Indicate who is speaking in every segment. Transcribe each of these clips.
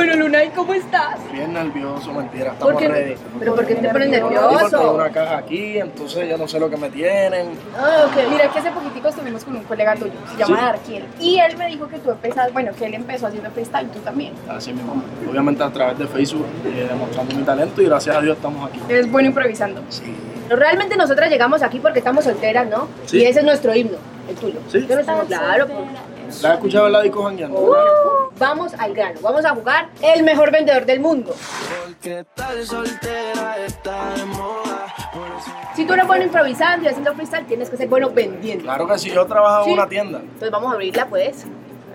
Speaker 1: Lunay, ¿cómo estás?
Speaker 2: Bien nervioso, mentira, estamos
Speaker 1: ¿Por qué?
Speaker 2: ready.
Speaker 1: ¿Pero por qué te pones
Speaker 2: Y porque hay
Speaker 1: nervioso?
Speaker 2: una caja aquí, entonces yo no sé lo que me tienen.
Speaker 1: Ah, ok.
Speaker 3: Mira que hace poquitico estuvimos con un colega tuyo, se llama Darkiel, y él me dijo que tú empezaste, bueno, que él empezó haciendo freestyle, tú también.
Speaker 2: Así mismo. Obviamente a través de Facebook, eh, demostrando mi talento y gracias a Dios estamos aquí.
Speaker 3: Eres bueno improvisando.
Speaker 2: Sí.
Speaker 1: Pero realmente nosotras llegamos aquí porque estamos solteras, ¿no?
Speaker 2: Sí.
Speaker 1: Y ese es nuestro himno, el tuyo.
Speaker 2: Sí.
Speaker 1: Yo no estaba claro. pues.
Speaker 2: ¿La has escuchado en la disco jangueando?
Speaker 1: Uh. Vamos al grano, vamos a jugar el mejor vendedor del mundo.
Speaker 4: Porque tal soltera está de moda. Por eso
Speaker 1: Si tú eres bueno improvisando y haciendo freestyle, tienes que ser bueno vendiendo.
Speaker 2: Claro que sí, yo trabajo
Speaker 1: Sí.
Speaker 2: en una tienda.
Speaker 1: Entonces vamos a abrirla, pues.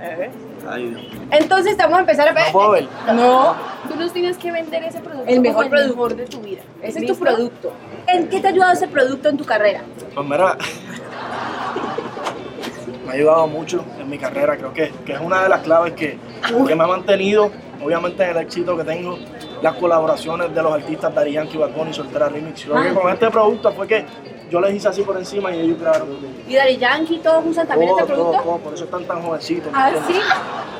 Speaker 2: Eh. Ay, Dios.
Speaker 1: Entonces estamos a empezar a
Speaker 2: No puedo ver.
Speaker 1: No,
Speaker 3: Tú nos tienes que vender ese producto.
Speaker 1: El mejor
Speaker 3: como
Speaker 1: producto.
Speaker 3: de tu vida.
Speaker 1: ese es
Speaker 3: ¿Listo?
Speaker 1: tu producto. ¿En qué te ha ayudado ese producto en tu carrera?
Speaker 2: Pues mira, me ha ayudado mucho en mi carrera. Creo que, que es una de las claves que, que me ha mantenido, obviamente, en el éxito que tengo. Las colaboraciones de los artistas Dari Yankee, Bad Bunny, Soltera Remix. Creo
Speaker 1: Ah.
Speaker 2: que con este producto fue que yo les hice así por encima y ellos crearon.
Speaker 1: ¿Y Daddy Yankee todos usan también
Speaker 2: Oh, Todo,
Speaker 1: este producto?
Speaker 2: todo, todo, por eso están tan jovencitos. ¿me
Speaker 1: Ah,
Speaker 2: entiendes?
Speaker 1: sí.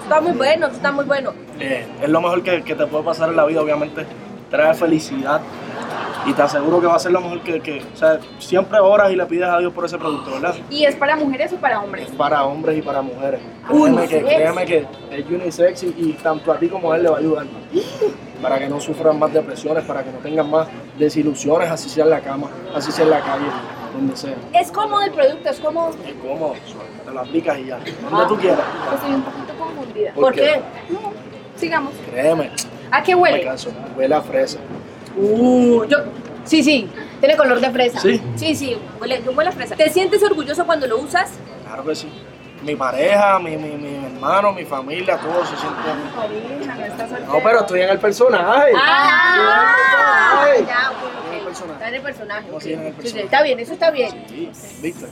Speaker 1: Está muy bueno, está muy bueno.
Speaker 2: Eh, es lo mejor que, que te puede pasar en la vida, obviamente. Trae felicidad y te aseguro que va a ser lo mejor que, que o sea, siempre oras y le pides a Dios por ese producto, ¿verdad?
Speaker 3: ¿Y es para mujeres o para hombres?
Speaker 2: Para hombres y para mujeres. Créeme
Speaker 1: Unisex.
Speaker 2: que, créeme que es unisex y, y tanto a ti como a él le va a ayudar. Para que no sufran más depresiones, para que no tengan más desilusiones, así sea en la cama, así sea en la calle, donde sea.
Speaker 1: Es cómodo el producto, es cómodo.
Speaker 3: Pues
Speaker 2: Es cómodo, suave, te lo aplicas y ya. Donde
Speaker 1: Ah.
Speaker 2: tú quieras.
Speaker 3: Estoy un poquito confundida.
Speaker 1: ¿Por,
Speaker 2: ¿Por
Speaker 1: qué?
Speaker 2: qué? Oh
Speaker 3: No, sigamos.
Speaker 2: Créeme,
Speaker 3: ¿A qué
Speaker 2: me
Speaker 3: huele?
Speaker 2: canso. Huele a fresa.
Speaker 1: Uh, yo, sí, sí, tiene color de fresa.
Speaker 2: Sí.
Speaker 1: sí, sí, huele, huele a fresa. ¿Te sientes orgulloso cuando lo usas?
Speaker 2: Claro que sí. Mi pareja, mi, mi, mi hermano, mi familia, todos se sienten.
Speaker 3: Marina, no estás soltera.
Speaker 2: No, pero estoy en el personaje.
Speaker 1: Ah,
Speaker 2: Ay.
Speaker 1: ya, ok, ok.
Speaker 2: el personaje.
Speaker 1: Está en el personaje.
Speaker 2: No,
Speaker 1: ok.
Speaker 2: sí, en el
Speaker 1: Sí, sí,
Speaker 2: personaje.
Speaker 1: está bien, eso está bien.
Speaker 2: Sí, ¿Viste?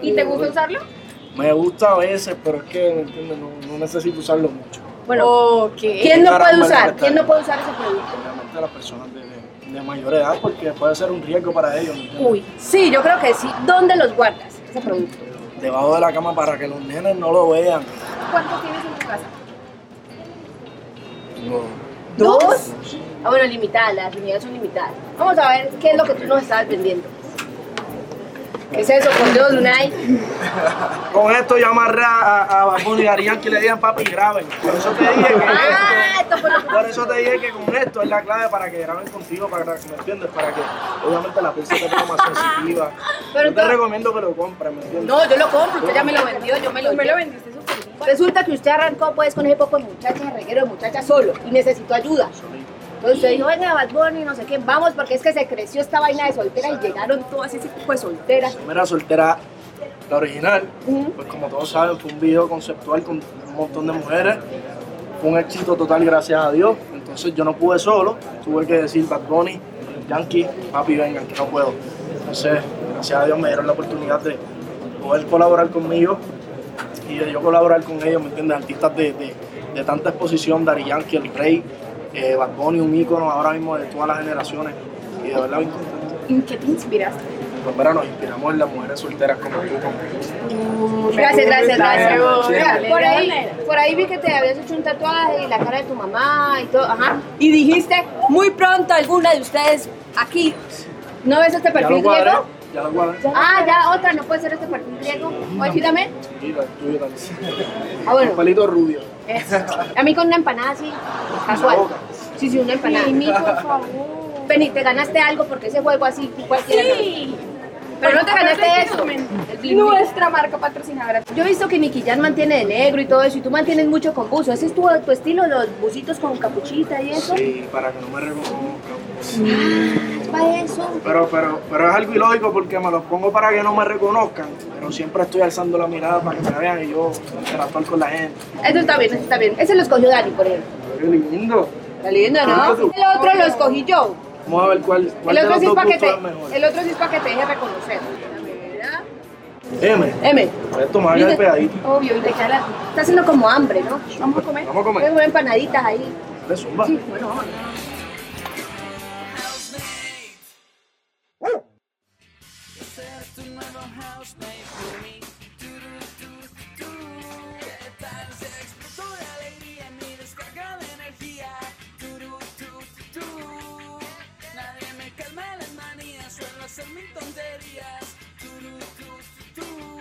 Speaker 3: ¿Y te gusta usarlo?
Speaker 2: Me gusta a veces, pero es que ¿me entiendes? No, no necesito usarlo mucho.
Speaker 1: Bueno,
Speaker 3: Ok.
Speaker 1: ¿quién no
Speaker 2: Para
Speaker 1: puede
Speaker 2: armar
Speaker 1: usar?
Speaker 2: la
Speaker 1: ¿Quién no
Speaker 2: batalla.
Speaker 1: puede usar ese producto?
Speaker 2: Obviamente las personas de, de- de mayor edad, porque puede ser un riesgo para ellos. ¿me entiendes?
Speaker 1: Uy, sí, yo creo que sí. ¿Dónde los guardas ese producto?
Speaker 2: Debajo de la cama para que los nenes no lo vean.
Speaker 3: ¿Cuánto tienes en tu casa?
Speaker 2: No.
Speaker 1: ¿Dos? Ah, bueno, limitadas, las unidades son limitadas. Vamos a ver qué es lo que tú nos estabas vendiendo. ¿Qué es eso? Con Dios, Lunay.
Speaker 2: Con esto yo amarré a, a Babuni y a Yankee y le dije, papi, graben. Por eso te dije que esto-
Speaker 1: Ah, esto fue lo que-
Speaker 2: Por eso te dije que con esto es la clave para que graben contigo, para que, ¿me entiendes? Para que obviamente la pizza te ponga más sensitiva.
Speaker 1: Pero
Speaker 2: Yo te
Speaker 1: entonces-
Speaker 2: recomiendo que lo compres, ¿me entiendes?
Speaker 1: No, yo lo compro, usted ya me lo vendió, yo me lo
Speaker 3: Me lo
Speaker 1: vendí.
Speaker 3: vendiste súper bien.
Speaker 1: Resulta que usted arrancó pues con ese poco de muchachas, reguero de muchachas solo y necesitó ayuda. Entonces usted dijo, venga, Bad Bunny, no sé qué, vamos, porque es que se creció esta vaina de soltera y llegaron todas ese tipo de solteras.
Speaker 2: Mira, soltera, la original,
Speaker 1: Ujú.
Speaker 2: pues como todos saben, fue un video conceptual con un montón de mujeres. Fue un éxito total, gracias a Dios. Entonces yo no pude solo, tuve que decir Bad Bunny, Yankee, papi, vengan, que no puedo. Entonces, gracias a Dios me dieron la oportunidad de poder colaborar conmigo y de yo colaborar con ellos, ¿me entiendes? Artistas de, de- de tanta exposición, Dari Yankee, El Rey, eh, Bad Bunny, un ícono ahora mismo de todas las generaciones. Y de verdad, bien contento.
Speaker 3: ¿En qué te inspiraste?
Speaker 2: Pues, mira, nos inspiramos en las mujeres solteras como tú, como yo.
Speaker 1: Gracias, gracias, gracias.
Speaker 2: Sí.
Speaker 1: Mira, por, ahí, por ahí vi que te habías hecho un tatuaje y la cara de tu mamá y todo, ajá. Y dijiste, muy pronto alguna de ustedes aquí, ¿no ves este
Speaker 2: Ya
Speaker 1: perfil
Speaker 2: lo guardé,
Speaker 1: griego?
Speaker 2: ya lo guardé.
Speaker 1: Ah, ya, otra, no puede ser este perfil griego. ¿O sí también?
Speaker 2: Mira, el tuyo también.
Speaker 1: Ah,
Speaker 2: Un
Speaker 1: bueno.
Speaker 2: pelito rubio.
Speaker 1: Eso. A mí con una empanada así, casual.
Speaker 2: boca.
Speaker 1: Sí, sí, una empanada.
Speaker 3: Mimi, por favor.
Speaker 1: Penny, te ganaste algo porque ese juego así cualquiera.
Speaker 3: Sí.
Speaker 1: gana. Pero no te ganaste eso. El bling bling.
Speaker 3: Nuestra marca patrocinadora.
Speaker 1: Yo he visto que Nicky Jan mantiene de negro y todo eso, y tú mantienes mucho con buzo. ¿Ese es tu, tu estilo, los bucitos con capuchita y eso?
Speaker 2: Sí, para que no me reconozcan.
Speaker 1: ¿Es para eso?
Speaker 2: Pero, pero, pero es algo ilógico porque me los pongo para que no me reconozcan. Pero siempre estoy alzando la mirada para que me vean y yo interactuar con la gente.
Speaker 1: Eso está bien, eso está bien. Ese lo escogió Dani, por ejemplo.
Speaker 2: Qué lindo.
Speaker 1: Está lindo, ¿no?
Speaker 2: Lindo tú.
Speaker 1: El otro lo escogí yo.
Speaker 2: Vamos a ver cuál, cuál
Speaker 1: El
Speaker 2: de
Speaker 1: otro
Speaker 2: los
Speaker 1: sí es
Speaker 2: dos
Speaker 1: para que
Speaker 2: gustos
Speaker 1: te,
Speaker 2: es mejor.
Speaker 1: el otro sí es para que te deje reconocer. Mira.
Speaker 2: M,
Speaker 1: M.
Speaker 2: esto me va a quedar pegadito.
Speaker 1: Obvio, y te queda la- Está haciendo como hambre, ¿no?
Speaker 3: Vamos a comer.
Speaker 1: Voy
Speaker 2: Vamos a
Speaker 1: a
Speaker 2: comer.
Speaker 1: comer empanaditas ahí.
Speaker 2: De zumba.
Speaker 1: Sí, bueno, vamos.
Speaker 4: toda alegría, mi descarga de energía.
Speaker 3: hacer mil tonterías. Tú, tú, tú, tú.